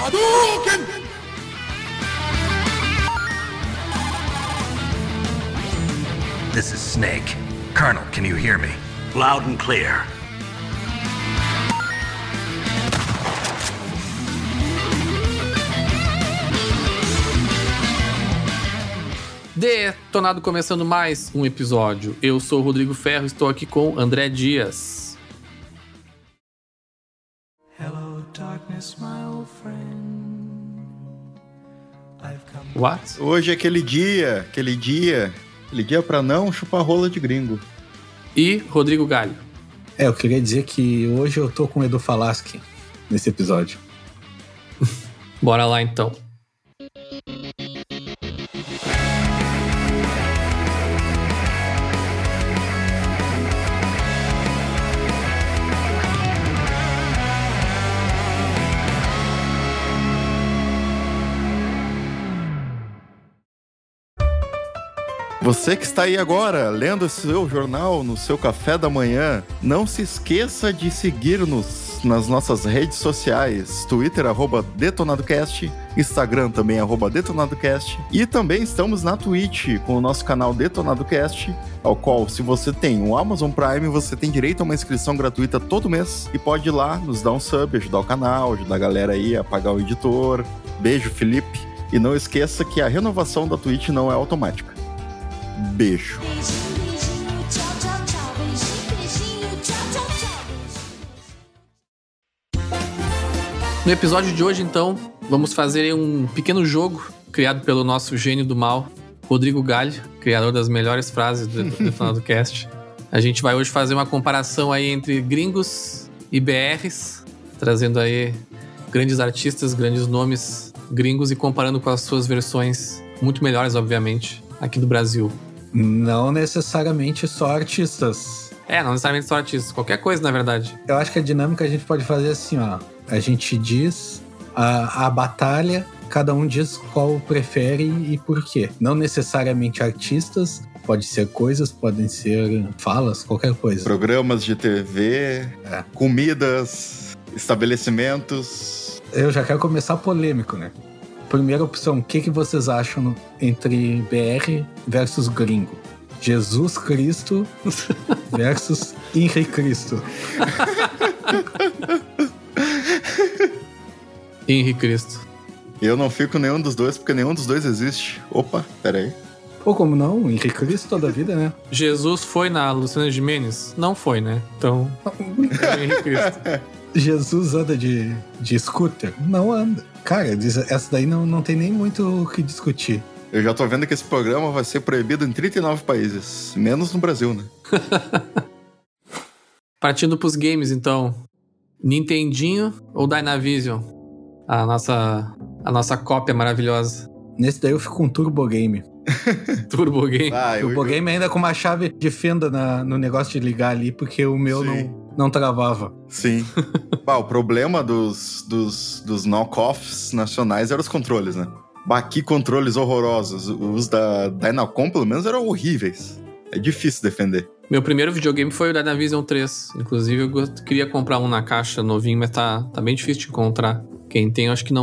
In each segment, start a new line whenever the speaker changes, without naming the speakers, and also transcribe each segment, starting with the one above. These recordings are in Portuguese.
walking.
This is Snake. Colonel, can you hear me?
Loud and clear.
Detonado começando mais um episódio. Eu sou o Rodrigo Ferro, estou aqui com André Dias.
Hello, darkness, my old friend. I've come.
What?
Hoje é aquele dia, aquele dia, aquele dia pra não chupar rola de gringo.
E Rodrigo Galho.
É, eu queria dizer que hoje eu tô com o Edu Falaschi nesse episódio.
Bora lá então.
Você que está aí agora lendo seu jornal no seu café da manhã, não se esqueça de seguir-nos nas nossas redes sociais: Twitter, arroba DetonadoCast, Instagram também, arroba DetonadoCast, e também estamos na Twitch com o nosso canal DetonadoCast, ao qual, se você tem um Amazon Prime, você tem direito a uma inscrição gratuita todo mês e pode ir lá nos dar um sub, ajudar o canal, ajudar a galera aí a pagar o editor. Beijo, Felipe. E não esqueça que a renovação da Twitch não é automática. Beijo.
Beijinho, beijinho, tchau, tchau, tchau. Beijinho, beijinho, tchau, tchau, tchau.
No episódio de hoje, então, vamos fazer um pequeno jogo criado pelo nosso gênio do mal, Rodrigo Galho, criador das melhores frases do do Detonado Cast. A gente vai hoje fazer uma comparação aí entre gringos e BRs, trazendo aí grandes artistas, grandes nomes gringos e comparando com as suas versões muito melhores, obviamente, aqui do Brasil.
Não necessariamente só artistas.
É, não necessariamente só artistas, qualquer coisa, na verdade.
Eu acho que a dinâmica a gente pode fazer assim, ó. A gente diz a, a batalha, cada um diz qual prefere e por quê. Não necessariamente artistas, pode ser coisas, podem ser falas, qualquer coisa.
Programas de TV,
É. né? né?
né? Então,
né?
então.
um
né? É
um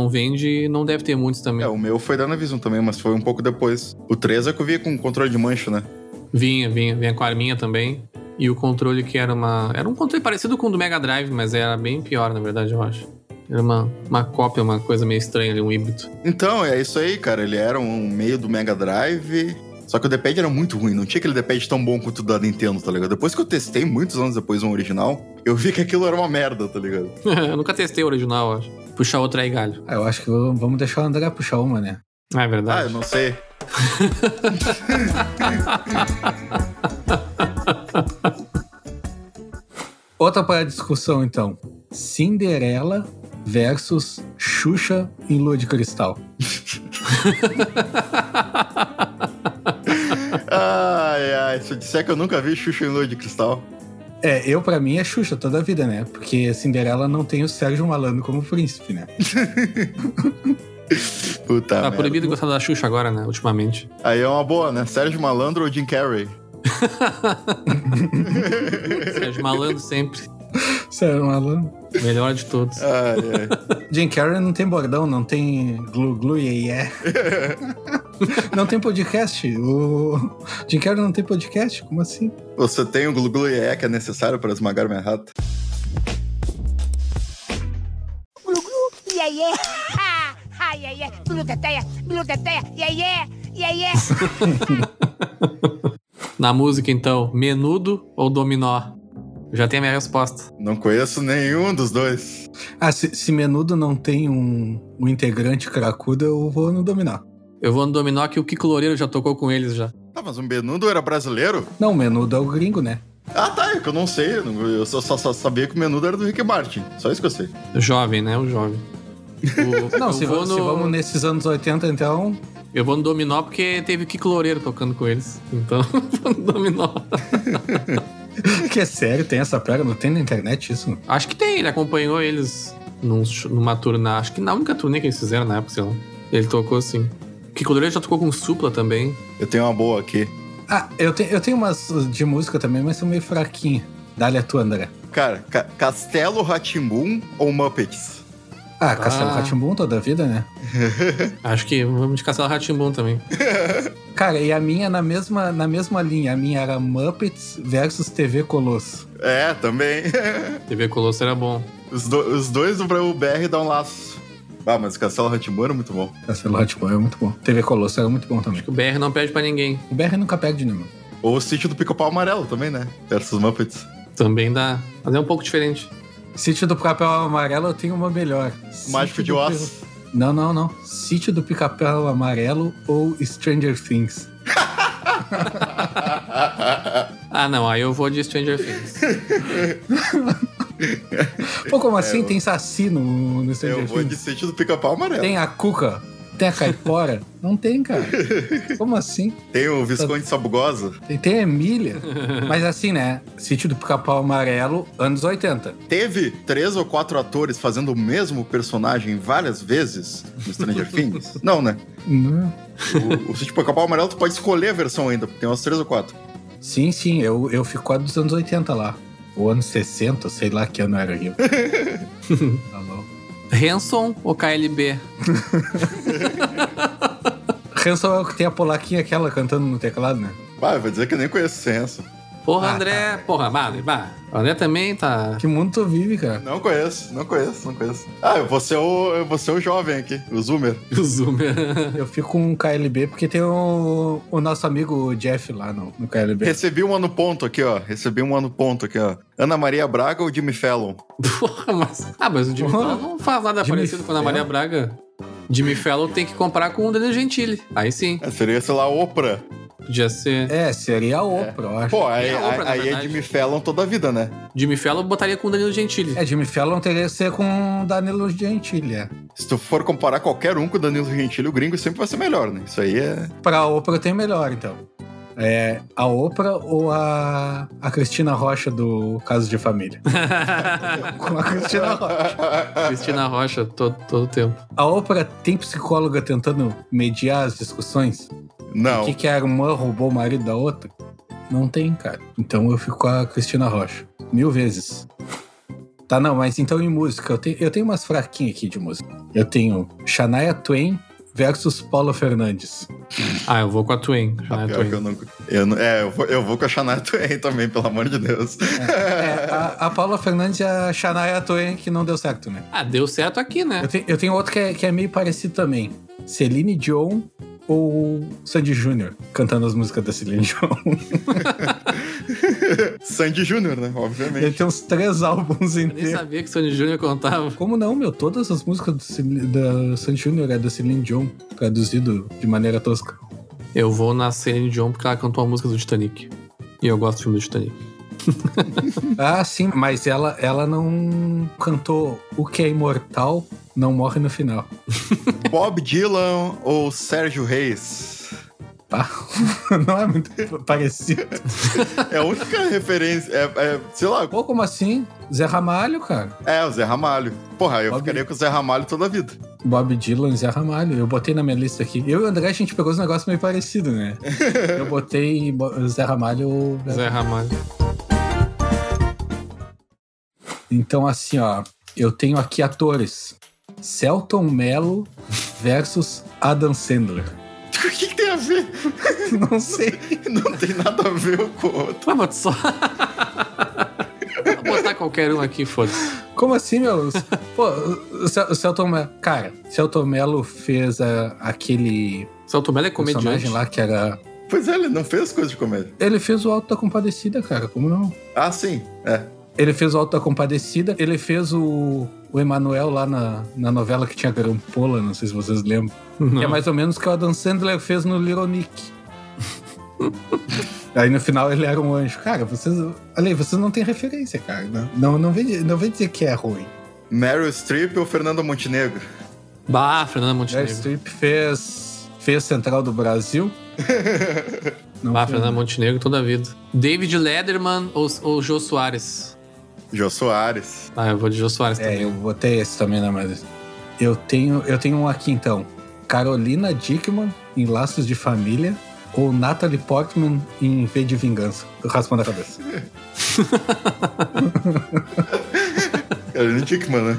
tá, um um Ah, é. Tá Ah, né,
Ah, né? É então. É, né? né?
É, um né? Então, é um tá um tá Ah, Tá é né?
Melhor de todos.
Ai, ai.
Jim Carrey não tem bordão, não tem glu glu e yeah, yeah. Não tem podcast. O Jim Carrey não tem podcast? Como assim?
Você tem o glu glu e é que é necessário para esmagar minha rata?
yeah, yeah. Ha, ha, yeah, yeah. Biluteteia, biluteteia, yeah, yeah, yeah, yeah.
Na música, então, menudo ou dominó? Eu já tenho a minha resposta.
Não conheço nenhum dos dois.
Ah, se, se menudo não tem um, um integrante cracudo, eu vou no dominar.
Eu vou no dominó que o Kiko Loureiro já tocou com eles já.
Ah, mas o Benudo era brasileiro?
Não, menudo é o gringo, né?
Ah, tá, é que eu não sei. eu não- Eu só, só- só sabia que o Menudo era do Rick Martin. Só isso que eu sei.
Jovem, né? O jovem. O-
Não,
eu
se,
vou
va- se vamos nesses anos 80, então.
Eu vou no dominó porque teve o Kiko Loureiro tocando com eles. Então, vou no dominó.
Que é sério, tem essa praga, não tem na internet isso.
Acho que tem, ele acompanhou eles num sh- numa turnê, acho que na única turnê que eles fizeram na época, sei lá. Ele tocou assim. sim. O Kiko Loureiro já tocou com Supla também.
Eu tenho uma boa aqui.
Ah, eu, te, eu tenho umas de música também, mas são meio fraquinha. Dá-lhe a tua, André.
Cara, Ca- Castelo Ratimbum ou Muppets?
Ah, Castelo
Ah.
Ratimbum toda a vida, né?
Acho que vamos de Castelo Ratimbum também.
Cara, e a minha na mesma, na mesma linha. A minha era Muppets versus TV Colosso.
É, também.
TV Colosso era bom.
Os, do- os dois do Brasil BR dão laço. Ah, mas o Castelo Ratimbum era muito bom.
Castelo Ratimbum era muito bom. TV Colosso era muito bom também.
Acho que o BR não perde pra ninguém.
O BR nunca perde, né, mano?
Ou o Sítio do Pica-Pau Amarelo também, né? Versus Muppets.
Também dá. Mas é um pouco diferente.
Sítio do Pica-Pau Amarelo, eu tenho uma melhor.
Mágico
Sítio
de
do
Oz.
Pi- Não, não, não. Sítio do Pica-Pau Amarelo ou Stranger Things.
Ah, não, aí eu vou de Stranger Things.
Pô, como assim? Tem Saci no, no Stranger
É, Eu vou de
Things?
Sítio do Pica-Pau Amarelo. Tem,
Tem a Cuca? Tem a Caipora? não tem, cara. Como assim?
o Visconde Sabugosa.
Tem, tem a Emília. Mas assim, né? Sítio do Pica-Pau Amarelo, anos 80.
Teve três ou quatro atores fazendo o mesmo personagem várias vezes no Stranger Things? Não, né?
Não.
O, tipo, o Sítio do Pica-Pau Amarelo tu pode escolher a versão ainda, porque tem umas três ou quatro.
Sim, sim, eu, eu fico quase dos anos 80 lá. Ou anos 60, sei lá que ano era aquilo. tá louco.
Hanson ou KLB?
Hanson é o que tem a polaquinha aquela cantando no teclado, né?
Ah, eu vou dizer que eu nem conheço senso.
Porra,
Ah,
André. Porra, vale, vá. O André também tá.
Que mundo tu vive, cara?
Não conheço, não conheço, não conheço. Ah, eu vou ser o, eu vou ser o jovem aqui, o Zoomer.
O Zoomer.
Eu fico com o KLB porque tem o, o nosso amigo Jeff lá no, no KLB.
Recebi um ano ponto aqui, ó. Recebi um ano ponto aqui, ó. Ana Maria Braga ou Jimmy Fallon?
Porra, mas. Ah, mas o Jimmy
Porra.
Fallon não faz nada
Jimmy
parecido com a Ana Maria
Fallon.
Braga. Jimmy Fallon tem que comprar com o Danilo Gentili. Aí sim,
É, seria, sei lá, Oprah.
podia ser.
É, seria a Oprah, eu acho.
Pô, aí,
É a Oprah, na
aí é
verdade.
Jimmy Fallon toda a vida, né?
Jimmy Fallon botaria com o Danilo Gentili.
É, Jimmy Fallon teria que ser com o Danilo Gentili, é.
Se tu for comparar qualquer um com o Danilo Gentili, o gringo sempre vai ser melhor, né? Isso aí é...
Pra Oprah tem melhor, então. É a Oprah ou a, a Cristina Rocha do Caso de Família? com a Cristina Rocha.
Cristina Rocha, todo, todo tempo.
A Oprah tem psicóloga tentando mediar as discussões? O
Não.
que, que a irmã roubou o marido da outra? Não tem, cara. Então eu fico com a Cristina Rocha. Mil vezes. Tá, não, mas então em música. Eu, te- eu tenho umas fraquinhas aqui de música. Eu tenho Shania Twain versus Paula Fernandes.
Ah, eu vou com a Twain.
Ah,
né,
é,
pior
Twain.
que eu não... Eu não... É, eu vou, eu vou com a Shania Twain também, pelo amor de Deus.
É, a, a Paula Fernandes e a Shania Twain que não deu certo, né?
Ah, deu certo aqui, né?
Eu, te- eu tenho outro que é, que é meio parecido também. Celine Dion ou Sandy Júnior cantando as músicas da Celine Dion.
Sandy Júnior, né?
Ele
Obviamente.
tem uns três álbuns
Eu nem
inteiros.
sabia que o Sandy Júnior contava.
Como não, meu? Todas as músicas do Cel- da Sandy Júnior é da Celine Dion, traduzido de maneira tosca.
Eu vou na Celine Dion porque ela cantou a música do Titanic. E eu gosto do filme do Titanic.
Ah, sim, mas ela, ela não cantou O que é imortal não morre no final.
Bob Dylan ou Sérgio Reis?
Pá, Ah, não é muito parecido.
É a única referência. É, é, sei lá,
Pô, como assim? Zé Ramalho, cara.
é o Zé Ramalho. Porra, eu
Bob-
ficaria com o Zé Ramalho toda a vida.
Bob Dylan, Zé Ramalho. Eu botei na minha lista aqui. Eu e o André, a gente pegou os negócios meio parecido, né? Eu botei Bo- Zé Ramalho.
Zé Ramalho.
Então, assim, ó. Eu tenho aqui atores. Celton Mello versus Adam Sandler.
O que, que tem a ver?
Não sei.
Não tem nada a ver um com o outro.
Vai botar só. Vou botar qualquer um aqui, foda-se.
Como assim, meu? Pô, o Cel- o Celton Mello... Cara, Celton Mello fez a- aquele
Celto Mello é
personagem
comediante.
lá que era...
Pois é, ele não fez coisa de comédia.
Ele fez o Alto da Compadecida, cara. Como não?
Ah, sim. É.
Ele fez o Alto da Compadecida. Ele fez o, o Emanuel lá na, na novela que tinha Grampola. Não sei se vocês lembram.
Não.
Que é mais ou menos o que o Adam Sandler fez no Little Nick. Aí no final ele era um anjo. Cara, vocês. Olha aí, vocês não têm referência, cara. Não, não, não, vem, não vem dizer que é ruim.
Meryl Streep ou Fernando Montenegro?
Bah, Fernanda
Meryl
Montenegro.
Streep fez. Fez Central do Brasil. Não né?
Bah,
fez-
Fernanda Montenegro toda a vida. David Lederman ou, ou Jô Soares?
Jô Soares.
Ah, eu vou de Jô Soares
É,
também.
eu botei esse também na mesa. Eu tenho, eu tenho um aqui então. Carolina Dickman em Laços de Família ou Natalie Portman em V de Vingança. Raspando a cabeça.
Carolina Dickman, né?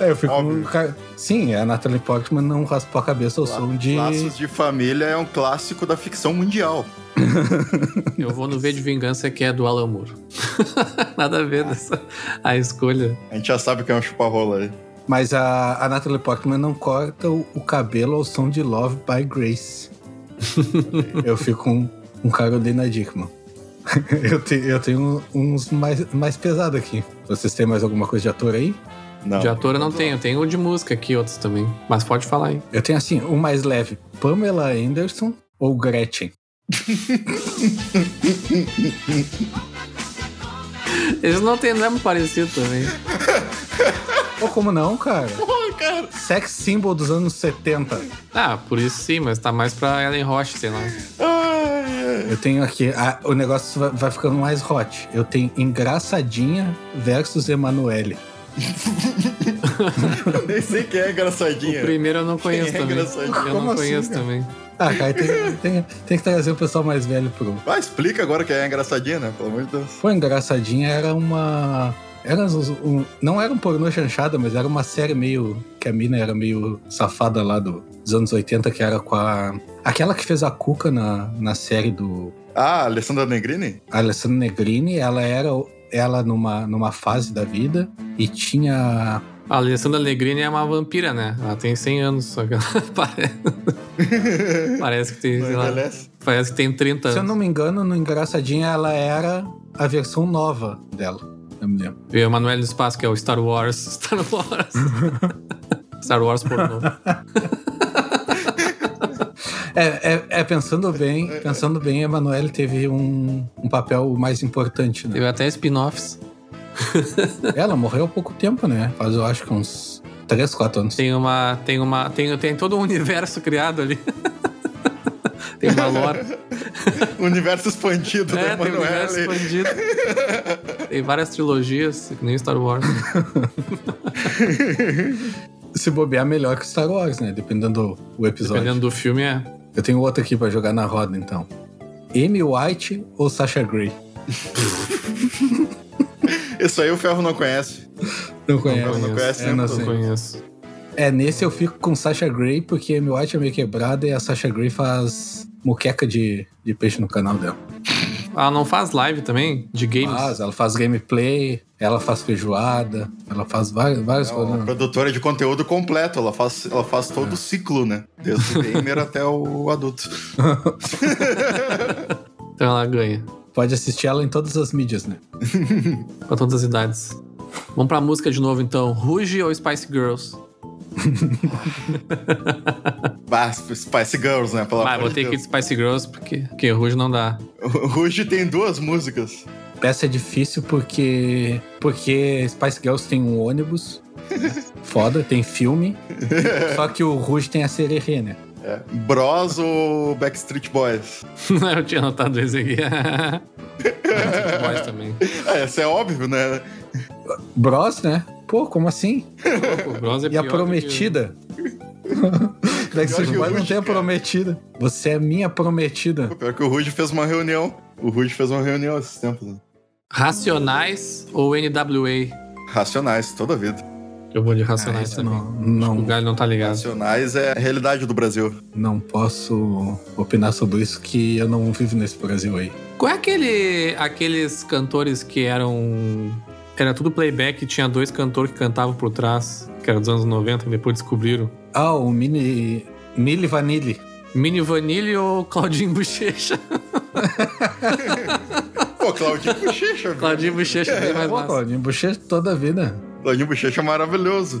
É, eu fico.
Óbvio.
Ca- Sim, a Natalie Portman não raspou a cabeça ao som de.
Laços de Família é um clássico da ficção mundial.
Eu vou no V de Vingança, que é do Alan Moore. Nada a ver dessa a escolha.
A gente já sabe que é um chupa-rola aí.
Mas a, a Natalie Portman não corta o, o cabelo ao som de Love by Grace. eu fico com um Carolina Dickman. eu, te- eu tenho uns mais, mais pesados aqui. Vocês têm mais alguma coisa de ator aí?
Não.
de ator eu não
Vamos lá.
tenho, eu tenho o de música aqui, outros também. Mas pode falar aí.
Eu tenho assim, um mais leve: Pamela Anderson ou Gretchen?
Eles não têm nome parecido também.
Ou como não, cara?
Porra, cara.
Sex symbol dos anos 70.
Ah, por isso sim, mas tá mais pra Ellen Roche, sei lá.
Ai, ai.
Eu tenho aqui, a- o negócio vai, vai ficando mais hot. Eu tenho Engraçadinha versus Emanuele.
Eu nem sei quem é engraçadinha.
O primeiro eu não conheço
Quem é
também.
engraçadinho?
Eu
Como
não
assim,
conheço
cara?
também.
Ah, cara, tem, tem- tem que trazer o pessoal mais velho pro.
Ah, explica agora quem é engraçadinha, né? Pelo amor de Deus.
Pô, Engraçadinha era uma. Era uns- um- não era um pornô chanchada, mas era uma série meio. que a mina era meio safada lá do- dos anos 80, que era com a. Aquela que fez a Cuca na, na série do
Ah, Alessandra Negrini?
A Alessandra Negrini, ela era ela numa, numa fase da vida e tinha.
A Alessandra Negrini é uma vampira, né? Ela tem 100 anos, só que ela parece, parece que tem,
Não
sei lá,
envelhece?
parece que tem 30
é Se eu
anos.
não me engano, no Engraçadinha ela era a versão nova dela. Eu me lembro.
E o Emanuel do Espaço, que é o Star Wars. Star Wars. Star Wars pornô.
É, é, é, pensando bem, pensando bem, a Emanuele teve um, um papel mais importante, né?
Teve até spin-offs.
Ela morreu há pouco tempo, né? Faz eu acho que uns 3, 4 anos.
Tem uma. Tem uma. Tem, tem todo um universo criado ali. tem uma lore.
Universo expandido
É,
da
tem um universo
Emanuele.
expandido. tem várias trilogias, que nem Star Wars.
Se bobear melhor que Star Wars, né? Dependendo do o episódio.
Dependendo do filme, é.
Eu tenho outro aqui pra jogar na roda, então. Amy White ou Sasha Grey?
Isso aí o Ferro não conhece.
Não conhece.
não conhece,
é,
né?
não
Não
sei.
Eu conheço.
É, nesse eu fico com Sasha Grey, porque Amy White é meio quebrada e a Sasha Grey faz moqueca de, de peixe no canal dela.
Ela não faz live também? De games?
Faz, ela faz gameplay, ela faz feijoada, ela faz várias, várias
É
coisas. né?
uma produtora de conteúdo completo. Ela faz, ela faz todo o ciclo, né? Desde o gamer até o adulto.
Então ela ganha.
Pode assistir ela em todas as mídias, né?
Pra todas as idades. Vamos pra música de novo, então. Ruge ou Spice Girls?
Bah, Spice Girls, né? Pelo
Vai,
amor
vou
de
ter que ir de
Deus.
Spice Girls, porque, porque Ruge não dá.
O Ruge tem duas músicas.
Peça é difícil porque. Porque Spice Girls tem um ônibus. Foda, tem filme. Só que o Rouge tem a sererê, né?
É, Bros ou Backstreet Boys?
Eu tinha anotado esse aqui. Boys também.
Ah, essa é óbvio, né?
Bros, né? Pô, como assim?
O Bros é
E a
pior
prometida? é
Pior
Backstreet
que o
Boys não
Rude,
tem a
cara.
prometida. Você é minha prometida.
Pior que o Ruge fez uma reunião. O Ruge fez uma reunião esses tempos. né?
Que... Racionais ou NWA?
Racionais, toda a vida.
Eu vou de
Ah,
é
Racionais
isso
também.
não, não,
O Galho não tá ligado.
Racionais é a realidade do Brasil.
não posso opinar sobre isso que eu não vivo nesse Brasil aí.
Qual é aquele, aqueles cantores que eram. Era tudo playback e tinha dois cantores que cantavam por trás, que era dos anos 90, e depois descobriram.
Ah, o Mini. Mili Vanille.
Mini Vanille ou Claudinho Bochecha?
Pô, Claudinho Bochecha, velho.
Claudinho Bochecha é bem mais
Pô,
massa.
Claudinho Bochecha toda a vida.
Claudinho Bochecha é maravilhoso.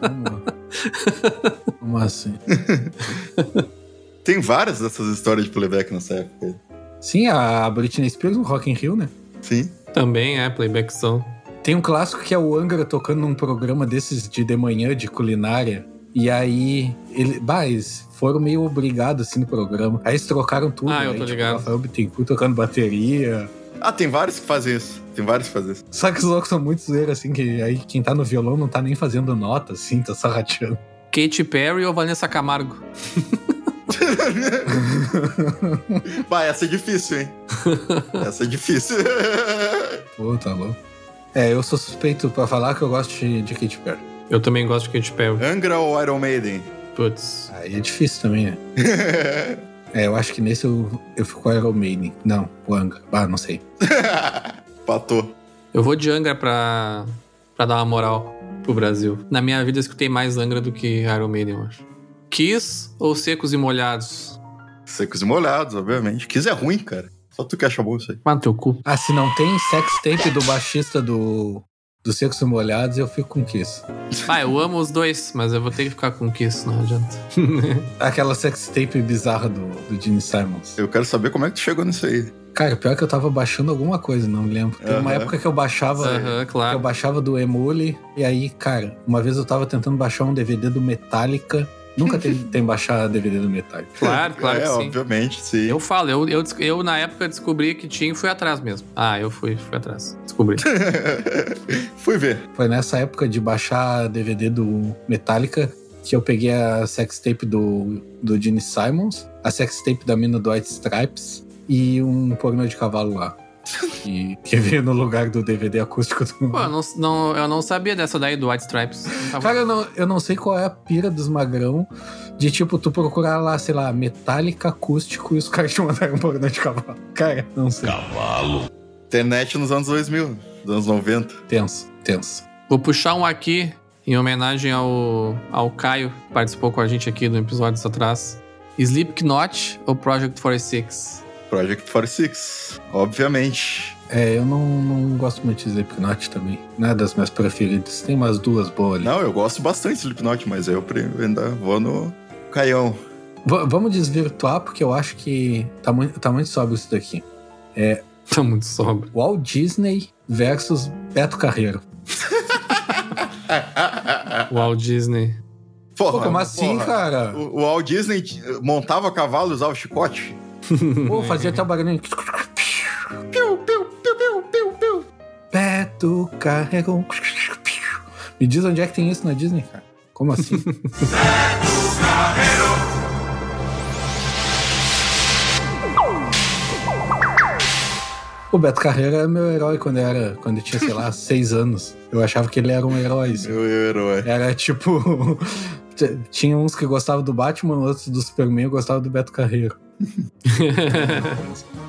Como, como assim?
Tem várias dessas histórias de playback nessa época.
Sim, a Britney Spears no Rock in Rio, né?
Sim.
Também é playbackzão.
Tem um clássico que é o Angra tocando num programa desses de de manhã, de culinária. E aí, ele, bah, eles foram meio obrigados assim no programa. Aí eles trocaram tudo.
Ah, eu
né?
tô
Tipo,
ligado.
Rafael Bittencourt tocando bateria.
Ah, tem vários que fazem isso. Tem vários que fazem isso.
Só que os loucos são muito zoeiros, assim, que aí quem tá no violão não tá nem fazendo nota, assim, tá só rateando.
Katy Perry ou Vanessa Camargo?
Bah, essa é difícil, hein? Essa é difícil.
Pô, tá louco. É, eu sou suspeito pra falar que eu gosto de, de Katy Perry.
Eu também gosto de Katy Perry.
Angra ou Iron Maiden?
Putz.
Aí é difícil também, né? É, eu acho que nesse eu, eu fico com a Iron Maiden. Não, o Angra. Ah, não sei.
Patou.
Eu vou de Angra pra, pra dar uma moral pro Brasil. Na minha vida eu escutei mais Angra do que Iron Maiden, eu acho. Kiss ou Secos e Molhados?
Secos e molhados, obviamente. Quis é ruim, cara. Só tu que acha bom isso aí.
Mata teu cu.
Ah, se não tem sex tape do baixista do, do Secos e Molhados, eu fico com Kiss.
Ah, eu amo os dois, mas eu vou ter que ficar com Kiss, não adianta.
Aquela sex tape bizarra do, do Gene Simons.
Eu quero saber como é que tu chegou nisso aí.
Cara, pior é que eu tava baixando alguma coisa, não me lembro. Tem uma
Aham.
época que eu baixava.
Aham,
Eu
claro.
baixava do Emule, e aí, cara, uma vez eu tava tentando baixar um DVD do Metallica. Nunca tem, tem baixar DVD do Metallica.
Claro, claro
é,
que sim.
obviamente, sim.
Eu falo, eu, eu, des- eu na época descobri que tinha e fui atrás mesmo. Ah, eu fui, fui atrás. Descobri.
Fui ver.
Foi nessa época de baixar DVD do Metallica que eu peguei a sextape do, do Gene Simons, a sextape da mina do White Stripes e um pornô de cavalo lá. Que, que veio no lugar do DVD acústico do.
Pô, eu não, não- eu não sabia dessa daí do White Stripes. Não tava-
Cara, eu não, eu não sei qual é a pira dos magrão de, tipo, tu procurar lá, sei lá, metálica, acústico e os caras te mandaram um pornô de cavalo. Cara, não sei.
Internet nos anos 2000, dos anos 90.
Tenso, tenso.
Vou puxar um aqui em homenagem ao, ao Caio, que participou com a gente aqui no episódio atrás. Slipknot ou Project 46?
Project 46, obviamente.
É, eu não, não gosto muito de Slipknot também. Não é das minhas preferidas. Tem umas duas boas ali.
Não, eu gosto bastante de Slipknot, mas eu pre- ainda vou no Caião.
Va- vamos desvirtuar, porque eu acho que tá muito, tá muito sóbrio isso daqui.
Tá muito sobra.
Walt Disney versus Beto Carreiro.
Walt Disney.
Porra,
Pô, como assim,
porra?
cara?
O, o Walt Disney t- montava cavalo e usava chicote?
Pô, fazia até o barulhinho. Beto Carreiro. Me diz onde é que tem isso na Disney, cara. Como assim? O Beto Carreiro era meu herói quando eu, era, quando eu tinha, sei lá, seis anos. Eu achava que ele era um herói. assim.
Meu herói.
Era tipo. t- Tinha uns que gostavam do Batman, outros do Superman, eu gostava do Beto Carreiro.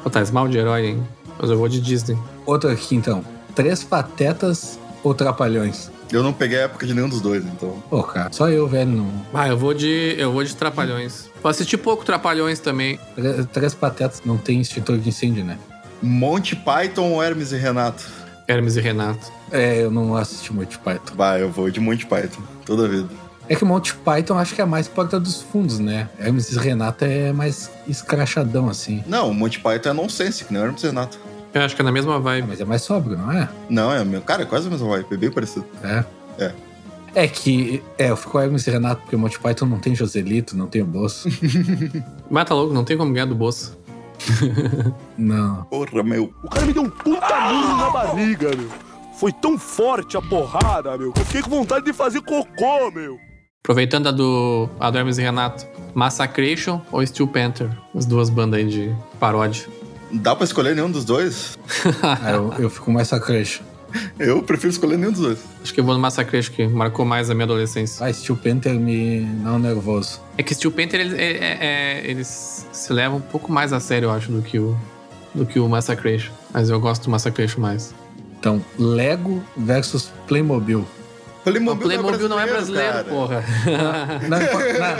Pô, tá esmal de herói, hein? Mas eu vou de Disney.
Outro aqui então. Três patetas ou trapalhões?
Eu não peguei a época de nenhum dos dois, então.
Pô, cara, só eu, velho, não.
Ah, eu vou de. Eu vou de Trapalhões. Eu assisti pouco Trapalhões também.
Tre- Três patetas não tem extintor de incêndio, né?
Monty Python ou Hermes e Renato?
Hermes e Renato.
É, eu não assisti Monty Python.
Bah, eu vou de Monty Python, toda vida.
É que Monty Python acho que é mais porta dos fundos, né? Hermes e Renata é mais escrachadão, assim.
Não, o Monty Python é nonsense, que nem o Hermes e Renato.
Eu acho que é na mesma
Ah,
vibe.
Mas é mais sóbrio, não é?
Não, é meu. Cara, é quase a mesma vibe, é bem parecido.
É.
É.
É que. É, eu fico com Hermes e Renato, porque Monty Python não tem Joselito, não tem o Bolso.
Mas tá louco, não tem como ganhar do bolso.
não.
Porra, meu.
O cara me deu um puta murro na barriga, meu. Foi tão forte a porrada, meu, que eu fiquei com vontade de fazer cocô, meu.
Aproveitando a do, a do Hermes e Renato. Massacration ou Steel Panther? As duas bandas aí de paródia.
Dá pra escolher nenhum dos dois?
Ah, eu, eu fico mais sacrecho.
Eu prefiro escolher nenhum dos dois.
Acho que eu vou no Massacre, acho que marcou mais a minha adolescência.
Ah, Steel Panther me não nervoso.
É que Steel Panther, eles, é- é- é- eles se levam um pouco mais a sério, eu acho, do que o, do que o Massacration. Mas eu gosto do Massacration mais.
Então, Lego versus Playmobil.
O
Playmobil,
Playmobil não é
cara.
brasileiro, porra.
Na, na,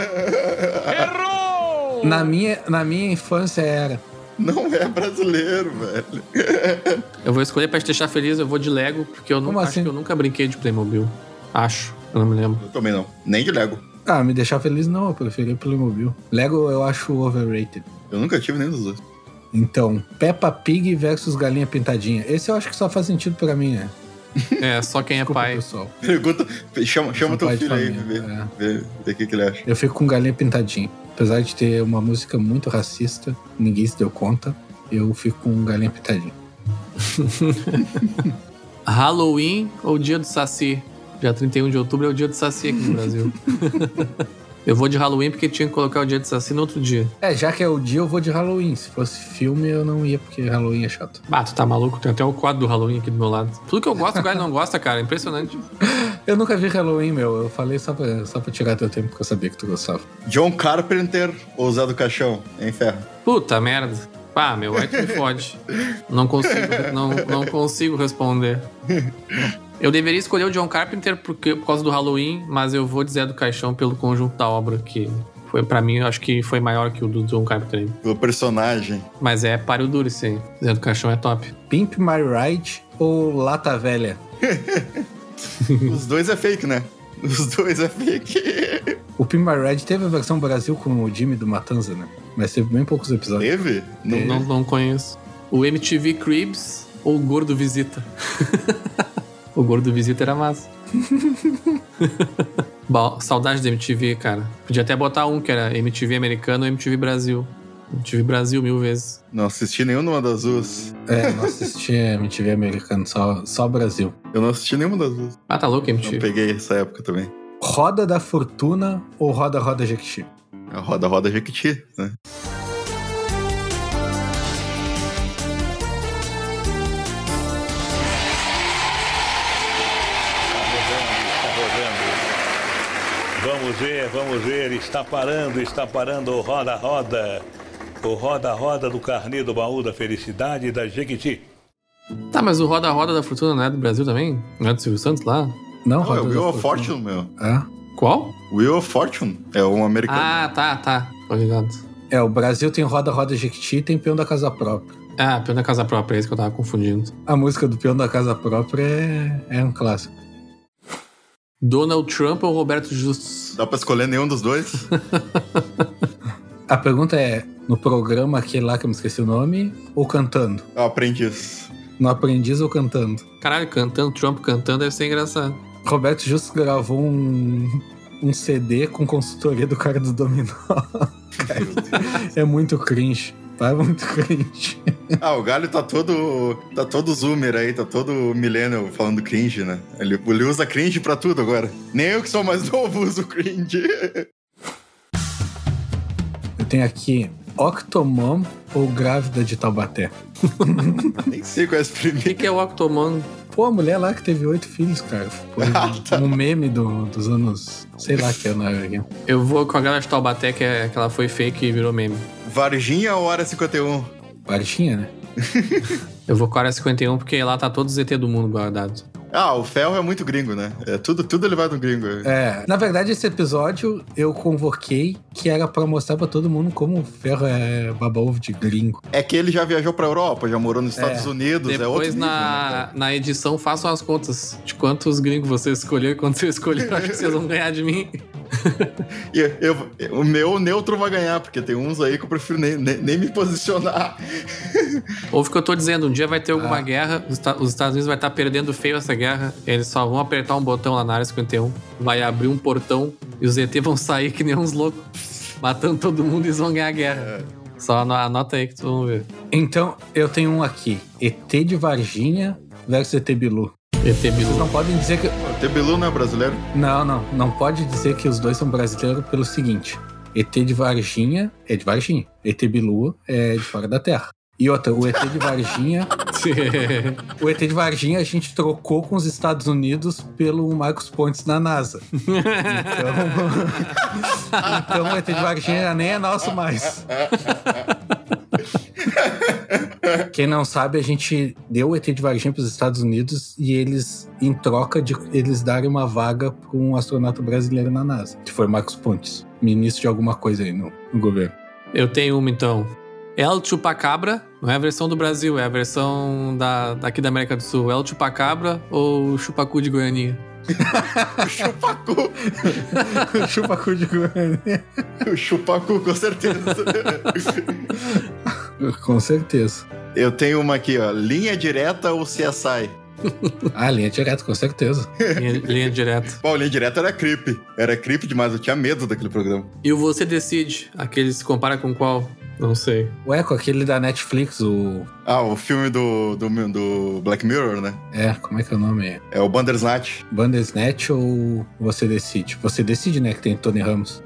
Errou!
na minha, na minha infância era.
Não é brasileiro, velho.
Eu vou escolher pra te deixar feliz, eu vou de Lego, porque eu
Como
nunca, acho
assim?
que eu nunca brinquei de Playmobil. Acho, eu não me lembro.
Eu também não. Nem de Lego.
Ah, me deixar feliz não, eu preferi Playmobil. Lego eu acho overrated.
Eu nunca tive nenhum dos dois.
Então, Peppa Pig versus Galinha Pintadinha. Esse eu acho que só faz sentido pra mim, né?
É, só quem é
Desculpa,
pai.
pessoal.
Pergunta, chama, chama
Sou
teu
pai de
filho aí,
família,
vê, vê, vê o que, que ele acha.
Eu fico com Galinha Pintadinha. Apesar de ter uma música muito racista, ninguém se deu conta, eu fico com Galinha Pintadinha.
Halloween ou dia do Saci? Dia 31 de outubro é o dia do Saci aqui no Brasil. eu vou de Halloween porque tinha que colocar o dia do Saci no outro dia.
É, já que é o dia, eu vou de Halloween. Se fosse filme, eu não ia, porque Halloween é chato.
Ah, tu tá maluco? Tem até o quadro do Halloween aqui do meu lado. Tudo que eu gosto, o Gaio não gosta, cara. Impressionante.
Eu nunca vi Halloween, meu. Eu falei só pra, só pra tirar teu tempo, porque eu sabia que tu gostava.
John Carpenter ou Zé do Caixão? Em ferro.
Puta merda. Pá, meu, aí tu me fode. Não consigo, não, não consigo responder. Eu deveria escolher o John Carpenter porque, por causa do Halloween, mas eu vou dizer do Caixão pelo conjunto da obra, que foi para mim, eu acho que foi maior que o do John Carpenter.
O personagem.
Mas é páreo duro esse aí. Zé do Caixão é top.
Pimp My Ride ou Lata Velha?
Os dois é fake, né? Os dois é fake.
O Pimp My Ride teve a versão Brasil com o Jimmy do Matanza, né? Mas teve bem poucos episódios.
Teve? Não,
Não, não conheço. O MTV Cribs ou o Gordo Visita? o Gordo Visita era massa. Bom, saudade da MTV, cara. Podia até botar um que era MTV americano ou MTV Brasil. MTV Brasil mil vezes.
não assisti nenhuma das duas.
É, não assisti MTV americano, só, só Brasil.
Eu não assisti nenhuma das duas.
Ah, tá louco,
Não
MTV.
peguei essa época também.
Roda da Fortuna ou Roda Roda Jequiti?
É A roda, roda Jequiti, né?
Vamos ver, vamos ver. Está parando, está parando o roda-roda. O roda-roda do carnê do baú da felicidade da Jequiti.
Tá, mas o Roda Roda da Fortuna não é do Brasil também? Não é do Silvio Santos lá?
Não,
Não, é
Roda
o
da
Will of
Fortuna.
Fortune, meu.
Ah.
Qual?
Will of Fortune é um americano.
Ah, tá, tá. Tô ligado.
É, o Brasil tem Roda Roda Jequiti e tem Peão da Casa Própria.
Ah, Peão da Casa Própria, é isso que eu tava confundindo.
A música do Peão da Casa Própria é, é um clássico.
Donald Trump ou Roberto Justus?
Dá pra escolher nenhum dos dois?
A pergunta é, no programa aquele lá que eu me esqueci o nome, ou cantando?
Eu aprendi isso.
No Aprendiz ou cantando?
Caralho, cantando, Trump cantando deve ser engraçado.
Roberto Justo gravou um, um CD com consultoria do cara do Dominó. é muito cringe. Tá É muito cringe.
Ah, o Galho tá todo. tá todo zoomer aí, tá todo millennial falando cringe, né? Ele, ele usa cringe pra tudo agora. Nem eu que sou mais novo uso cringe.
Eu tenho aqui Octomom ou Grávida de Taubaté.
Nem sei qual é esse
O que,
primeiro.
que é o Octomon?
Pô, a mulher lá que teve oito filhos, cara. Foi
Ah, tá.
um meme do- dos anos. Sei lá que ano era. aqui.
Eu vou com a galera de Taubaté, que, é, que ela foi fake e virou meme.
Varginha ou Área 51?
Baratinha, né?
Eu vou com a área 51, porque lá tá todo ZT do mundo guardado.
Ah, o ferro é muito gringo, né? É tudo, tudo ele vai do gringo.
É. Na verdade, esse episódio eu convoquei que era pra mostrar pra todo mundo como o ferro é baba-ovo de gringo.
É que ele já viajou pra Europa, já morou nos Estados
É.
Unidos, é outro
Depois,
nível, né,
na,
cara?
na edição, façam as contas de quantos gringos vocês escolheram. Quando vocês escolheram, acho que vocês vão ganhar de mim.
E eu- eu- o meu neutro vai ganhar, porque tem uns aí que eu prefiro nem, nem, nem me posicionar.
Ouve o que eu tô dizendo. Um dia vai ter
Ah.
alguma guerra, os, Ta- os Estados Unidos vai estar perdendo feio essa guerra. Eles só vão apertar um botão lá na área 51, vai abrir um portão e os ZT vão sair que nem uns loucos, matando todo mundo e eles vão ganhar a guerra.
É.
Só ano- anota aí que vocês vão ver.
Então, eu tenho um aqui. ET de Varginha versus ET Bilu.
ET Bilu.
Vocês não podem dizer que...
O Tebelu não é brasileiro?
Não, não. Não pode dizer que os dois são brasileiros pelo seguinte. ET de Varginha é de Varginha. ET Bilu é de fora da Terra. E outra, o ET de Varginha O ET de Varginha a gente trocou com os Estados Unidos pelo Marcos Pontes na NASA. Então, então o ET de Varginha nem é nosso mais. Quem não sabe, a gente deu o ET de Varginha para os Estados Unidos e eles, em troca de eles darem uma vaga para um astronauta brasileiro na NASA, que foi Marcos Pontes, ministro de alguma coisa aí no, no governo.
Eu tenho uma então. El Chupacabra, não é a versão do Brasil, é a versão da, daqui da América do Sul. El Chupacabra ou Chupacu de Goianinha?
Chupacu.
Chupacu de governo.
Chupacu, com certeza.
Com certeza.
Eu tenho uma aqui, ó. Linha direta ou CSI?
Ah, linha direta, com certeza.
Linha, linha direta.
Bom, linha direta era creep. Era creep demais, eu tinha medo daquele programa.
E o Você Decide, aquele se compara com qual? Não sei.
O Eco, aquele da Netflix, o.
Ah, o filme do, do, do Black Mirror, né?
É, como é que é o nome? É?
É o Bandersnatch.
Bandersnatch ou Você Decide? Você decide, né? Que tem Tony Ramos.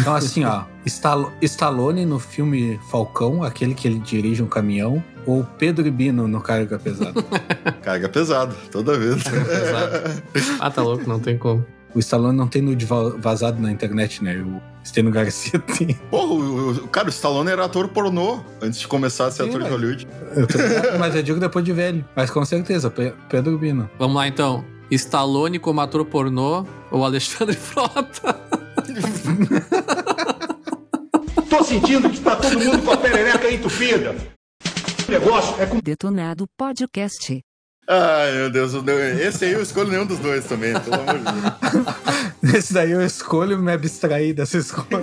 Então, assim, ó. Stal- Stallone no filme Falcão, aquele que ele dirige um caminhão, ou Pedro e Bino no Carga Pesada.
Carga pesada, toda vez.
pesada. Ah, tá louco, não tem como.
o Stallone não tem nude va- vazado na internet, né? O Steno Garcia tem.
Porra, o, o- cara, o Stallone era ator pornô antes de começar a ser
Sim,
ator de
mas-
Hollywood.
Eu tô- Mas eu digo depois de velho. Mas com certeza, Pe- Pedro e Bino.
Vamos lá então. Stallone como ator pornô ou Alexandre Frota?
Tô sentindo que tá todo mundo com a perereca entupida. O negócio é com
Detonado Podcast.
Ai, meu Deus, eu- esse aí eu escolho nenhum dos dois também, pelo amor de Deus.
Esse daí eu escolho me abstrair dessa escolha.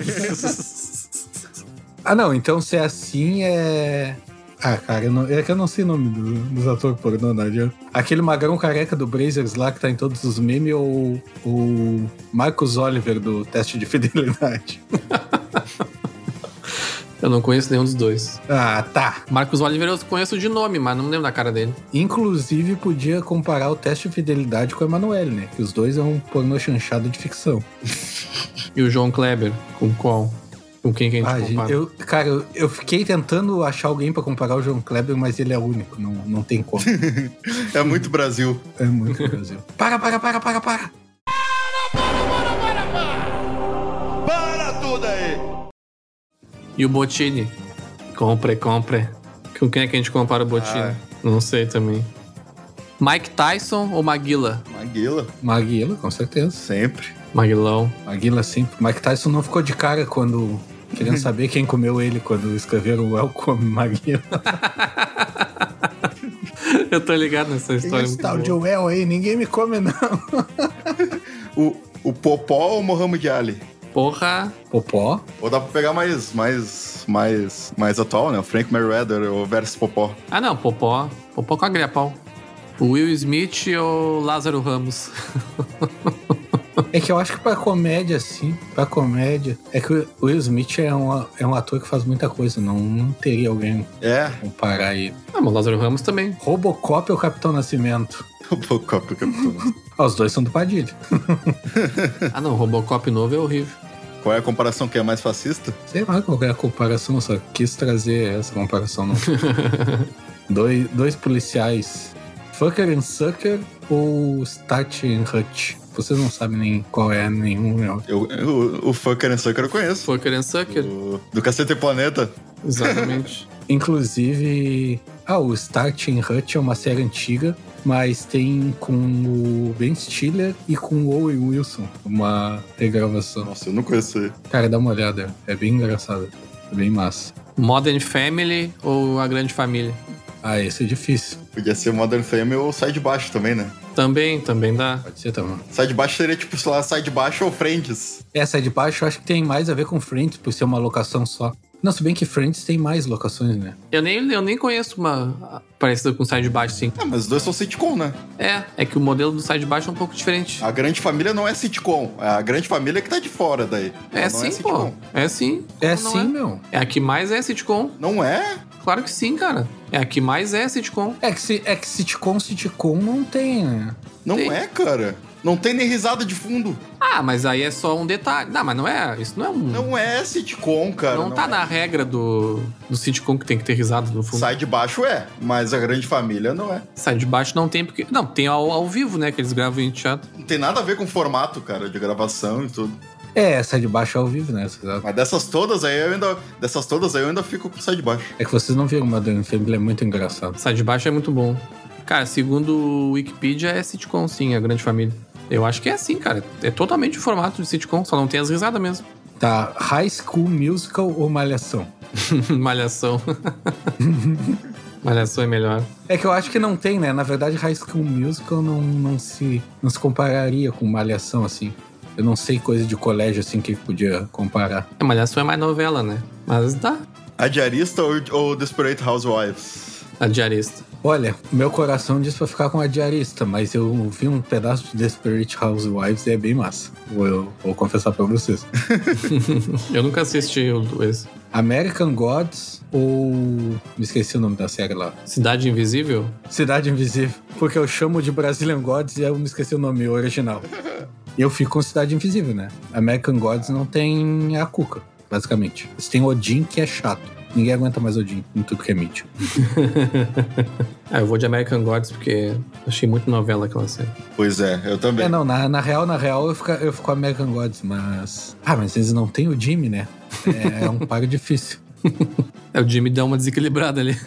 ah, não, então se é assim é. Ah, cara, eu não- é que eu não sei o nome do- dos atores pornô, não adianta. Aquele magrão careca do Brazers lá que tá em todos os memes ou o Marcos Oliver do teste de fidelidade?
Eu não conheço nenhum dos dois.
Ah, tá.
Marcos Oliveira eu conheço de nome, mas não lembro da cara dele.
Inclusive podia comparar o teste de fidelidade com o Emanuele, né? Que os dois é um pornô chanchado de ficção.
E o João Kleber, com qual? Com quem que né? a gente
Ah,
compara?
gente, eu, cara, eu, eu fiquei tentando achar alguém pra comparar o João Kleber, mas ele é único, não, não tem como.
É muito Brasil.
É muito Brasil. Para, para, para, para, para!
Para tudo aí!
E o Botini? Compre, compre. Com quem é que a gente compara o Botini?
Ah.
Não sei também. Mike Tyson ou Maguila?
Maguila,
Maguila, com certeza.
sempre.
Maguilão.
Maguila sempre. Mike Tyson não ficou de cara quando. Querendo saber quem comeu ele quando escreveram Welcome Maguila.
eu tô ligado nessa história. é
Esse
muito
é tal
boa.
de Well aí, ninguém me come não.
O, o Popó ou o Mohamed Ali?
um-
Porra.
Popó,
Ou dá pra pegar mais, mais, mais, mais atual, né? O Frank Merriweather ou versus Popó.
Ah não, Popó. Popó com a griapau. O Will Smith ou Lázaro Ramos?
É que eu acho que pra comédia, assim, pra comédia. É que o Will Smith é um, é um ator que faz muita coisa, não, não teria alguém pra
É,
comparar ele.
Ah, mas o Lázaro Ramos também.
Robocop ou Capitão Nascimento?
o Popó que eu tô-
Ah, os dois são do Padilha.
Ah não, Robocop novo é horrível.
Qual é a comparação que é mais fascista?
Sei lá qual é a comparação, só quis trazer essa comparação. Não. dois, dois policiais, Fucker and Sucker ou Stat and Hutch? Vocês não sabem nem qual é nenhum. né?
Eu, eu- o Fucker and Sucker eu conheço.
Fucker and Sucker.
Do, do Cacete e Planeta.
Exatamente.
Inclusive, ah, o Starting Hut é uma série antiga, mas tem com o Ben Stiller e com o Owen Wilson uma regravação.
Nossa, eu não conheço ele.
Cara, dá uma olhada, é bem engraçado, é bem massa.
Modern Family ou A Grande Família?
Ah, esse é difícil,
Podia ser Modern Family ou Sai de Baixo também, né?
Também, também dá.
pode ser também.
Sai de Baixo seria tipo, sei lá, Sai de Baixo ou Friends.
Essa de baixo eu acho que tem mais a ver com Friends, por ser uma locação só. Não, se bem que Friends tem mais locações, né?
Eu nem, eu nem conheço uma parecida com o Sai de Baixo, assim. sim.
Ah, mas os dois são sitcom, né?
É, é que o modelo do Sai de Baixo é um pouco diferente.
A Grande Família não é sitcom. É a Grande Família que tá de fora daí.
é
Ela não
sim, pô. É sim.
é
Como
sim,
não
meu.
É a que mais é sitcom.
Não é?
Claro que sim, cara. É a que mais é sitcom.
É que, se, é que sitcom, sitcom não tem, né?
Não
Sim.
é, cara. Não tem nem risada de fundo.
Ah, Ah, mas aí é só um detalhe. Não, mas não é. Isso não é um.
Não é sitcom, cara.
não, tá na regra do, do sitcom que tem que ter risada no fundo.
Sai de baixo é, mas a grande família não é.
Sai de baixo não tem, porque. Não, tem ao, ao vivo, né? Que eles gravam em teatro.
Não tem nada a ver com o formato, cara, de gravação e tudo.
É, essa de baixo é ao vivo, né?
Mas dessas todas aí eu ainda. Dessas todas aí eu ainda fico com sai de baixo.
É que vocês não viram Modern Family, é muito engraçado.
Sai de baixo é muito bom. Cara, segundo o Wikipedia, é sitcom, sim, a grande família. Eu acho que é assim, cara. É totalmente o formato de sitcom, só não tem as risadas mesmo.
Tá, High School Musical ou Malhação?
Malhação. Malhação é melhor.
É que eu acho que não tem, né? Na verdade, High School Musical não, não, se, não se compararia com Malhação, assim. Eu não sei coisa de colégio, assim, que podia comparar.
É, Malhação é mais novela, né? Mas dá.
A diarista ou, ou Desperate Housewives?
A diarista.
Olha, meu coração diz pra ficar com a diarista, mas eu vi um pedaço de Desperate Housewives e é bem massa. Vou, eu, vou confessar pra vocês.
Eu nunca assisti o- esse.
American Gods ou... Me esqueci o nome da série lá.
Cidade Invisível?
Cidade Invisível, porque eu chamo de Brazilian Gods e eu me esqueci o nome original. E eu fico com Cidade Invisível, né? American Gods não tem a cuca, basicamente. Você tem Odin, que é chato. Ninguém aguenta mais Odin em tudo que é mídia.
Ah, eu vou de American Gods porque achei muito novela aquela série.
Pois é, eu também.
É, não, na, na real, na real, eu fico, eu fico com American Gods, mas... Ah, mas eles não têm o Jimmy, né? É, é um par difícil.
É, o Jimmy dá uma desequilibrada ali.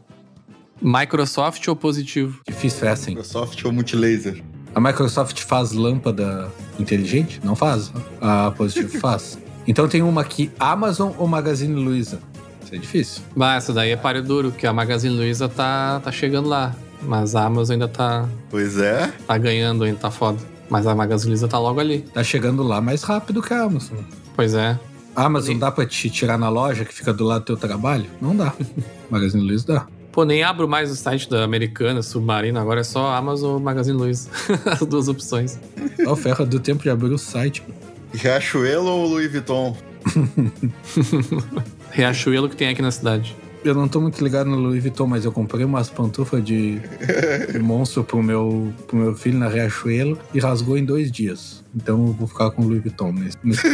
Microsoft ou positivo?
Difícil é assim.
Microsoft ou Multilaser?
A Microsoft faz lâmpada inteligente? Não faz. A Positivo faz. Então tem uma aqui, Amazon ou Magazine Luiza? Isso é difícil.
Bah, essa daí é páreo duro, que a Magazine Luiza tá, tá chegando lá. Mas a Amazon ainda tá,
Pois é.
tá ganhando, ainda tá foda. Mas a Magazine Luiza tá logo ali.
Tá chegando lá mais rápido que a Amazon.
Pois é.
A Amazon dá pra te tirar na loja que fica do lado do teu trabalho? Não dá. Magazine Luiza dá.
Pô, nem abro mais o site da Americana, Submarino, agora é só Amazon ou Magazine Luiza. As duas opções.
Ó, Tá o ferro do tempo de abrir o site. mano.
Riachuelo ou Louis Vuitton?
Riachuelo que tem aqui na cidade.
Eu não tô muito ligado no Louis Vuitton, mas eu comprei umas pantufas de de monstro pro meu, pro meu filho na Riachuelo e rasgou em dois dias. Então eu vou ficar com o Louis Vuitton nesse. nesse-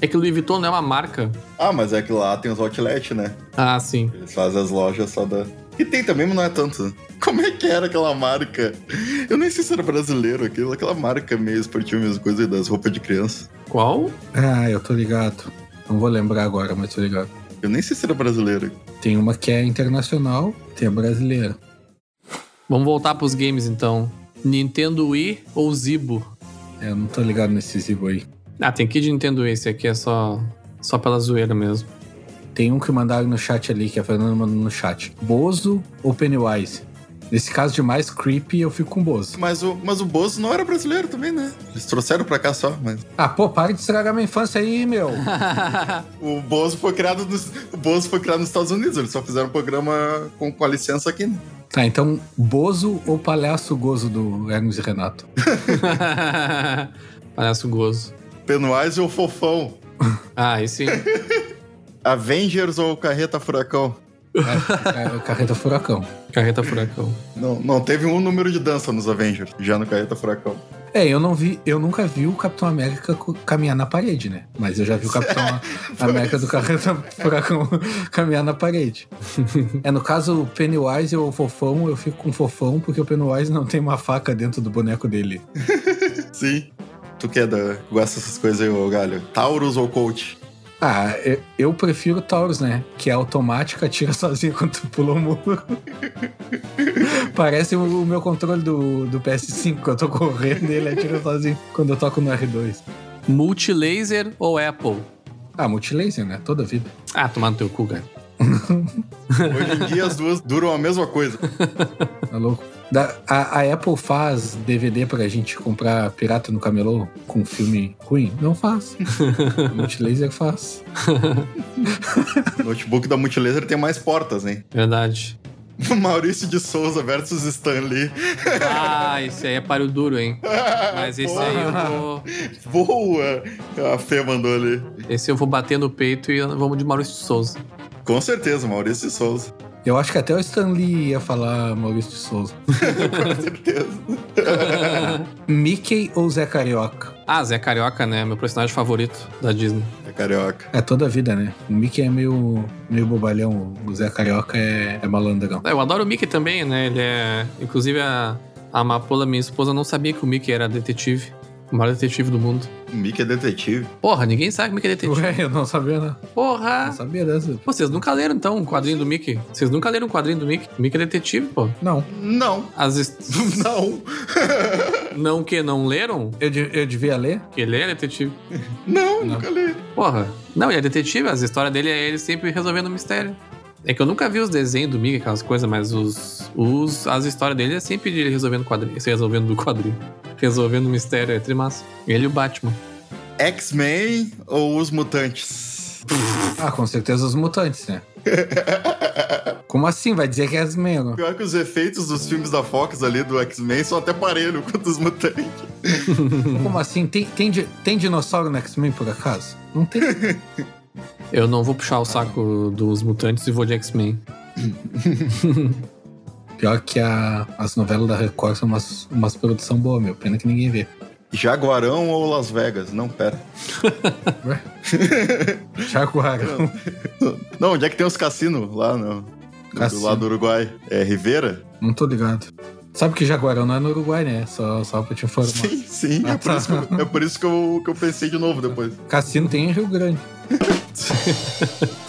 É que o Louis Vuitton não é uma marca.
Ah, mas é que lá tem os outlet, né?
Ah, sim.
Eles fazem as lojas só da. E tem também, mas não é tanto. Como é que era aquela marca? Eu nem sei se era brasileiro aquilo, aquela marca meio esportiva, mesma coisa das roupas de criança.
Qual?
Ah, eu tô ligado. Não vou lembrar agora, mas tô ligado.
Eu nem sei se era brasileiro.
Tem uma que é internacional, tem a brasileira.
Vamos voltar pros games então. Nintendo Wii ou Zibo?
É, Eu não tô ligado nesse Zibo aí.
Ah, tem que de Nintendo Wii, esse aqui é só, só pela zoeira mesmo.
Tem um que mandaram no chat ali, que a Fernanda mandou no chat. Bozo ou Pennywise? Nesse caso de mais creepy, eu fico com Bozo.
Mas o, mas o Bozo não era brasileiro também, né? Eles trouxeram pra cá só, mas.
Ah, pô, para de estragar minha infância aí, meu.
O Bozo foi criado nos, o Bozo foi criado nos Estados Unidos, eles só fizeram um programa com, com a licença aqui, né?
tá, então, Bozo ou Palhaço Gozo do Hermes e Renato?
Parece um gozo.
Pennywise ou Fofão?
Ah, esse.
Avengers ou Carreta Furacão?
É, é, Carreta Furacão.
Carreta Furacão.
Não, não teve um número de dança nos Avengers, já no Carreta Furacão.
É, eu não vi, eu nunca vi o Capitão América co- caminhar na parede, né? Mas eu já vi o Capitão América do Carreta Furacão caminhar na parede. é, no caso, o Pennywise ou o Fofão, eu fico com o Fofão, porque o Pennywise não tem uma faca dentro do boneco dele.
Sim. Tu que é da, gosta dessas coisas aí, ô Galho? Taurus ou Coach?
Ah, eu, eu prefiro Taurus, né? Que é automática, tira sozinha quando tu pula o muro. Parece o, o meu controle do, do PS5, que eu tô correndo e ele atira sozinho quando eu toco no R2.
Multilaser ou Apple?
Ah, multilaser, né? Toda vida.
Ah, tomar no teu cu, cara.
Hoje em dia as duas duram a mesma coisa.
Tá louco? Da- a, a Apple faz DVD pra gente comprar pirata no camelô com filme ruim? Não faz. Multilaser faz.
O notebook da Multilaser tem mais portas, hein?
Verdade.
Maurício de Souza versus Stanley.
Ah, esse aí é páreo duro, hein?
Ah,
Mas esse aí eu vou.
Boa! A Fê mandou ali.
Esse eu vou bater no peito e vamos de Maurício de Souza.
Com certeza, Maurício de Souza.
Eu acho que até o Stanley ia falar Maurício de Souza.
Com certeza.
Mickey ou Zé Carioca?
Ah, Zé Carioca, né? Meu personagem favorito da Disney.
É carioca.
É toda a vida, né? O Mickey é meio, meio bobalhão, o Zé Carioca é, é malandrão.
É, Eu adoro o Mickey também, né? Ele é. Inclusive, a, a Amapola, minha esposa, não sabia que o Mickey era detetive. O maior detetive do mundo.
O Mickey é detetive.
Porra, ninguém sabe que o Mickey é detetive.
Ué, eu não sabia, não.
Porra!
Não sabia dessa.
Pô, vocês nunca leram então um quadrinho do Mickey? Vocês nunca leram um quadrinho do Mickey? O Mickey é detetive, pô.
Não.
Não.
As est...
Não.
Não que não leram?
Eu, de- eu devia ler?
Que ele é detetive.
Não, nunca li.
Porra. Não, ele é detetive, as histórias dele é ele sempre resolvendo mistério. É que eu nunca vi os desenhos do Mickey, aquelas coisas, mas os, os, as histórias dele é sempre de ele resolvendo quadrinho. Se resolvendo do quadrinho. Resolvendo mistério, é trimassa. Ele e o Batman.
X-Men ou os mutantes?
Ah, com certeza os mutantes, né? Como assim? Vai dizer que é as mesmo?
Pior que os efeitos dos filmes da Fox ali do X-Men são até parelho com os mutantes.
Como assim? Tem, tem, di- tem dinossauro no X-Men, por acaso? Não tem.
Eu não vou puxar o saco dos mutantes e vou de X-Men.
Pior que a- as novelas da Record são umas, umas produção boa, meu. Pena que ninguém vê.
Jaguarão ou Las Vegas? Não, pera.
Jaguarão.
Não, onde é que tem os cassinos? Lá no. Do
Cassino.
lado do Uruguai. É Ribeira?
Não tô ligado. Sabe que Jaguarão não é no Uruguai, né? Só, só pra te informar.
Sim, sim.
Ah,
É por
tá.
isso, que, eu- é por isso que, eu, que eu pensei de novo depois.
Cassino tem em Rio Grande.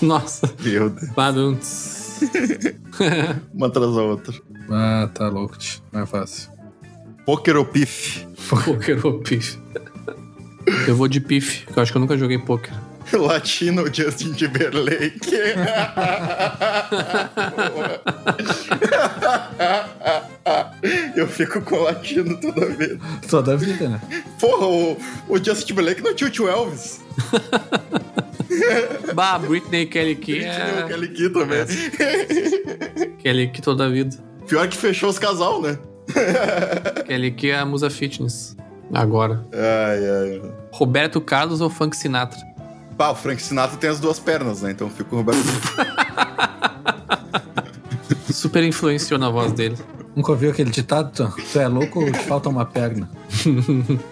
Nossa,
Meu Deus.
baduntz.
Uma atrás da outra.
Ah, tá louco, tio. Não é fácil.
Poker ou pife?
Poker ou pif? Eu vou de pif, que eu acho que eu nunca joguei poker.
Latino ou Justin Timberlake? eu fico com o latino toda vez.
Toda a vida, né?
Porra, o, o Justin Timberlake não tinha o tio Elvis.
Bah, Britney Kelly Key
Tinha o
é
Kelly Key também.
Kelly Key toda a vida.
Pior que fechou os casal, né?
Kelly Key é a musa fitness. Agora.
Ai, ai. ai.
Roberto Carlos ou Frank Sinatra?
Pá, o Frank Sinatra tem as duas pernas, né? Então eu fico com o Roberto.
Super influenciou na voz dele.
Nunca ouviu aquele ditado? Tu, tu é louco ou te falta uma perna?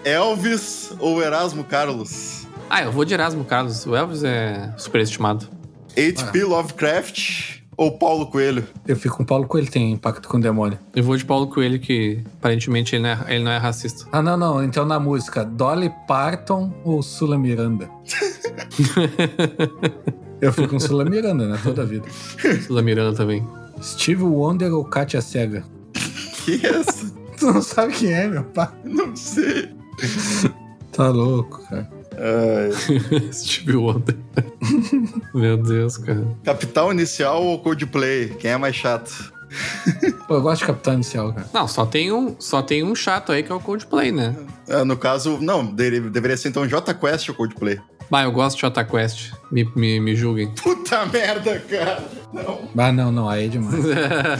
Elvis ou Erasmo Carlos?
Ah, eu vou de Erasmo Carlos. O Elvis é superestimado.
H.P. Lovecraft ou Paulo Coelho?
Eu fico com o Paulo Coelho, tem impacto com o demônio.
Eu vou de Paulo Coelho, que aparentemente ele não é, ele não é racista.
Ah, não, não. Então na música, Dolly Parton ou Sula Miranda? Eu fico com Sula Miranda, né? Toda a vida.
Da Miranda também.
Steve Wonder ou Katia Cega?
Que isso?
Tu não sabe quem é, meu pai.
Não sei.
Tá louco, cara.
Ai.
Steve Wonder. Meu Deus, cara.
Capital Inicial ou Coldplay? Quem é mais chato?
Pô, eu gosto de Capitão Inicial, cara.
Não, só tem um, só tem um chato aí que é o Coldplay, né?
Ah, no caso, não, dere- deveria ser então J Quest ou Coldplay.
Bah, eu gosto de Jota Quest. Me, me, me julguem.
Puta merda, cara. Não,
Ah, não, não. Aí é demais.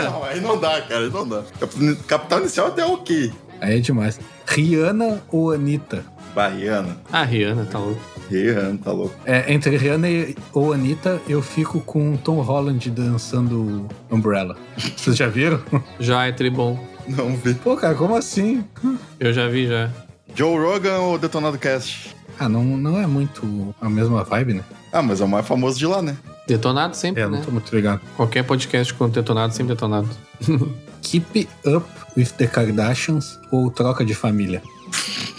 não, aí não dá, cara, aí não dá. Cap- Capital Inicial até ok.
Aí é demais. Rihanna ou Anitta?
Barriana.
A Rihanna, tá louco.
Rihanna, tá louco.
É, entre Rihanna e, ou Anitta, eu fico com Tom Holland dançando Umbrella. Vocês já viram?
Já é tribom.
Não vi.
Pô, cara, como assim?
Eu já vi, já.
Joe Rogan ou Detonado Cast?
Ah, não, não é muito a mesma vibe, né?
Ah, mas é o mais famoso de lá, né?
Detonado sempre,
É,
né?
não tô muito ligado.
Qualquer podcast com detonado, sempre detonado.
Keep Up with the Kardashians ou Troca de Família?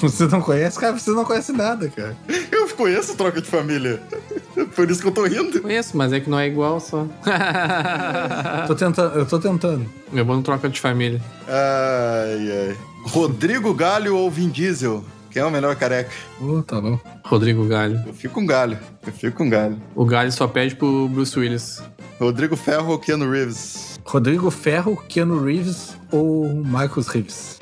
Você não conhece, cara? Você não conhece nada, cara.
Eu conheço Troca de Família. Por isso que eu tô rindo.
Conheço, mas é que não é igual só.
Ah. Tô tentando, eu tô tentando.
Meu É bom troca de família.
Ai, ai. Rodrigo Galho ou Vin Diesel? Quem é o melhor careca?
Ô, tá bom.
Rodrigo Galho.
Eu fico com galho. Eu fico com galho.
O Galho só pede pro Bruce Willis.
Rodrigo Ferro ou Keanu Reeves?
Rodrigo Ferro, Keanu Reeves ou Marcos Reeves?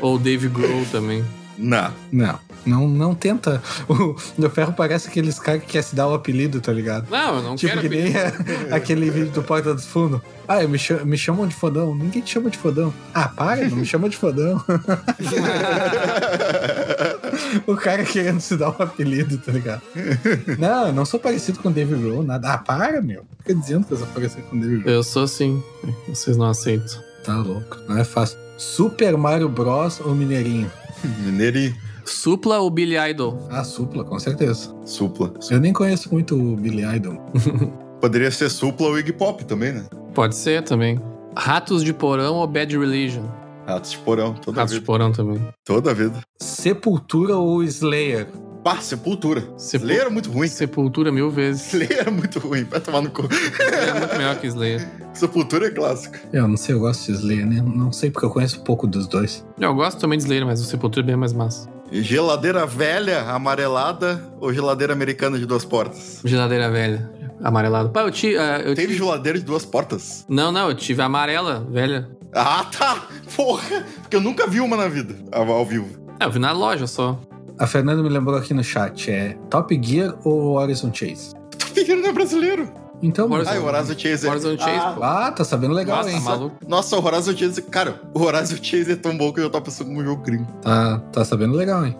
Ou o Dave Grohl também.
Não.
Não. Não, não tenta. O, o Ferro parece aqueles caras que quer se dar o apelido, tá ligado?
Não, eu não
Tipo
quero.
que nem
pedir.
a- aquele vídeo do Porta dos Fundos. Ah, eu me, cha- me chamam de fodão. Ninguém te chama de fodão. Ah, para, não me chama de fodão. o cara querendo se dar um apelido, tá ligado? Não, eu não sou parecido com o David Grohl, nada. Ah, para, meu. Fica dizendo que eu sou parecido com o David Grohl.
Eu sou assim. Vocês não aceitam.
Tá louco, não é fácil. Super Mario Bros ou Mineirinho?
Mineri
Supla ou Billy Idol?
Ah, supla, com certeza.
supla.
Eu nem conheço muito o Billy Idol.
Poderia ser supla ou Iggy Pop também, né?
Pode ser também. Ratos de Porão ou Bad Religion?
Ratos de porão, toda
Ratos de
vida.
Porão também.
Toda vida.
Sepultura ou Slayer?
Pá, sepultura.
Sepul-
Ler é muito ruim.
Sepultura mil vezes.
Ler é muito ruim. Vai tomar no cu.
É muito melhor que Slayer.
Sepultura é clássico.
Eu não sei, eu gosto de Slayer, né? Não sei porque eu conheço pouco dos dois.
Eu gosto também de Slayer, mas o Sepultura é bem mais massa.
Geladeira velha, amarelada ou geladeira americana de duas portas?
Geladeira velha, amarelada. Pá, eu ti- ah, eu
Teve
tive-
geladeira de duas portas?
Não, não, eu tive a amarela, velha.
Ah, tá! Porra! Porque eu nunca vi uma na vida, ao, ao vivo.
Ah, eu vi na loja só.
A Fernanda me lembrou aqui no chat, é Top Gear ou Horizon Chase?
Tô pedindo não é brasileiro.
Então,
Horizon-
Ah, e o Horizon Chase. é-
Horizon Chase,
Ah,
pô.
ah, tá sabendo legal,
Nossa,
hein?
maluco.
Nossa, o Horizon Chase... Cara, o Horizon Chase é tão bom que eu já tava pensando como um jogo gringo.
Tá, tá sabendo legal, hein?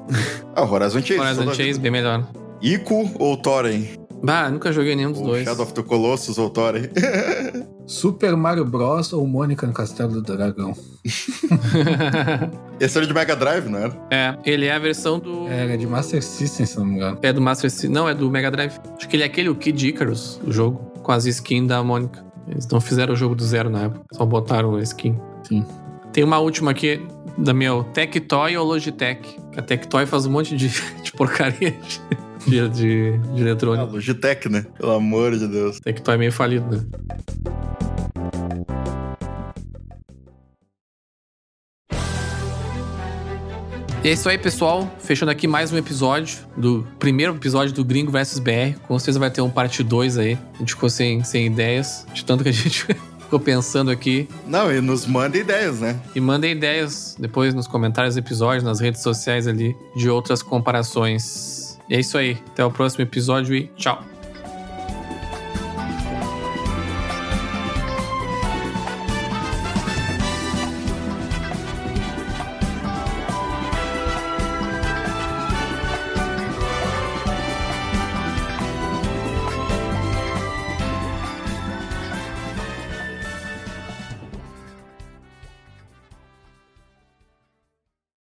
Ah, o Horizon Chase.
Horizon
toda
Chase,
vida.
bem melhor.
Ico ou Thorin?
Bah, nunca joguei nenhum dos
Ou
dois.
Shadow of the Colossus ou Thorin?
Super Mario Bros ou Mônica no Castelo do Dragão?
Esse era de Mega Drive, não era?
é, ele é a versão do. É.
Era de Master System, se não me engano.
do Master System. Não, é do Mega Drive. Acho que ele é aquele o Kid Icarus, o jogo, com as skins da Mônica. Eles não fizeram o jogo do zero na época, só botaram a skin.
Sim.
Tem uma última aqui, da minha Tectoy ou Logitech. A Tectoy faz um monte de, de porcaria de, de, de, de
Ah,
eletrônico.
Logitech, né? Pelo amor de Deus.
Tectoy é meio falido, né? E é isso aí, pessoal. Fechando aqui mais um episódio do primeiro episódio do Gringo vs BR. Com certeza vai ter um parte 2 aí. A gente ficou sem, sem ideias, de tanto que a gente ficou pensando aqui.
Não, e nos manda ideias, né?
E mandem ideias depois nos comentários do episódio, nas redes sociais ali, de outras comparações. E é isso aí. Até o próximo episódio e tchau.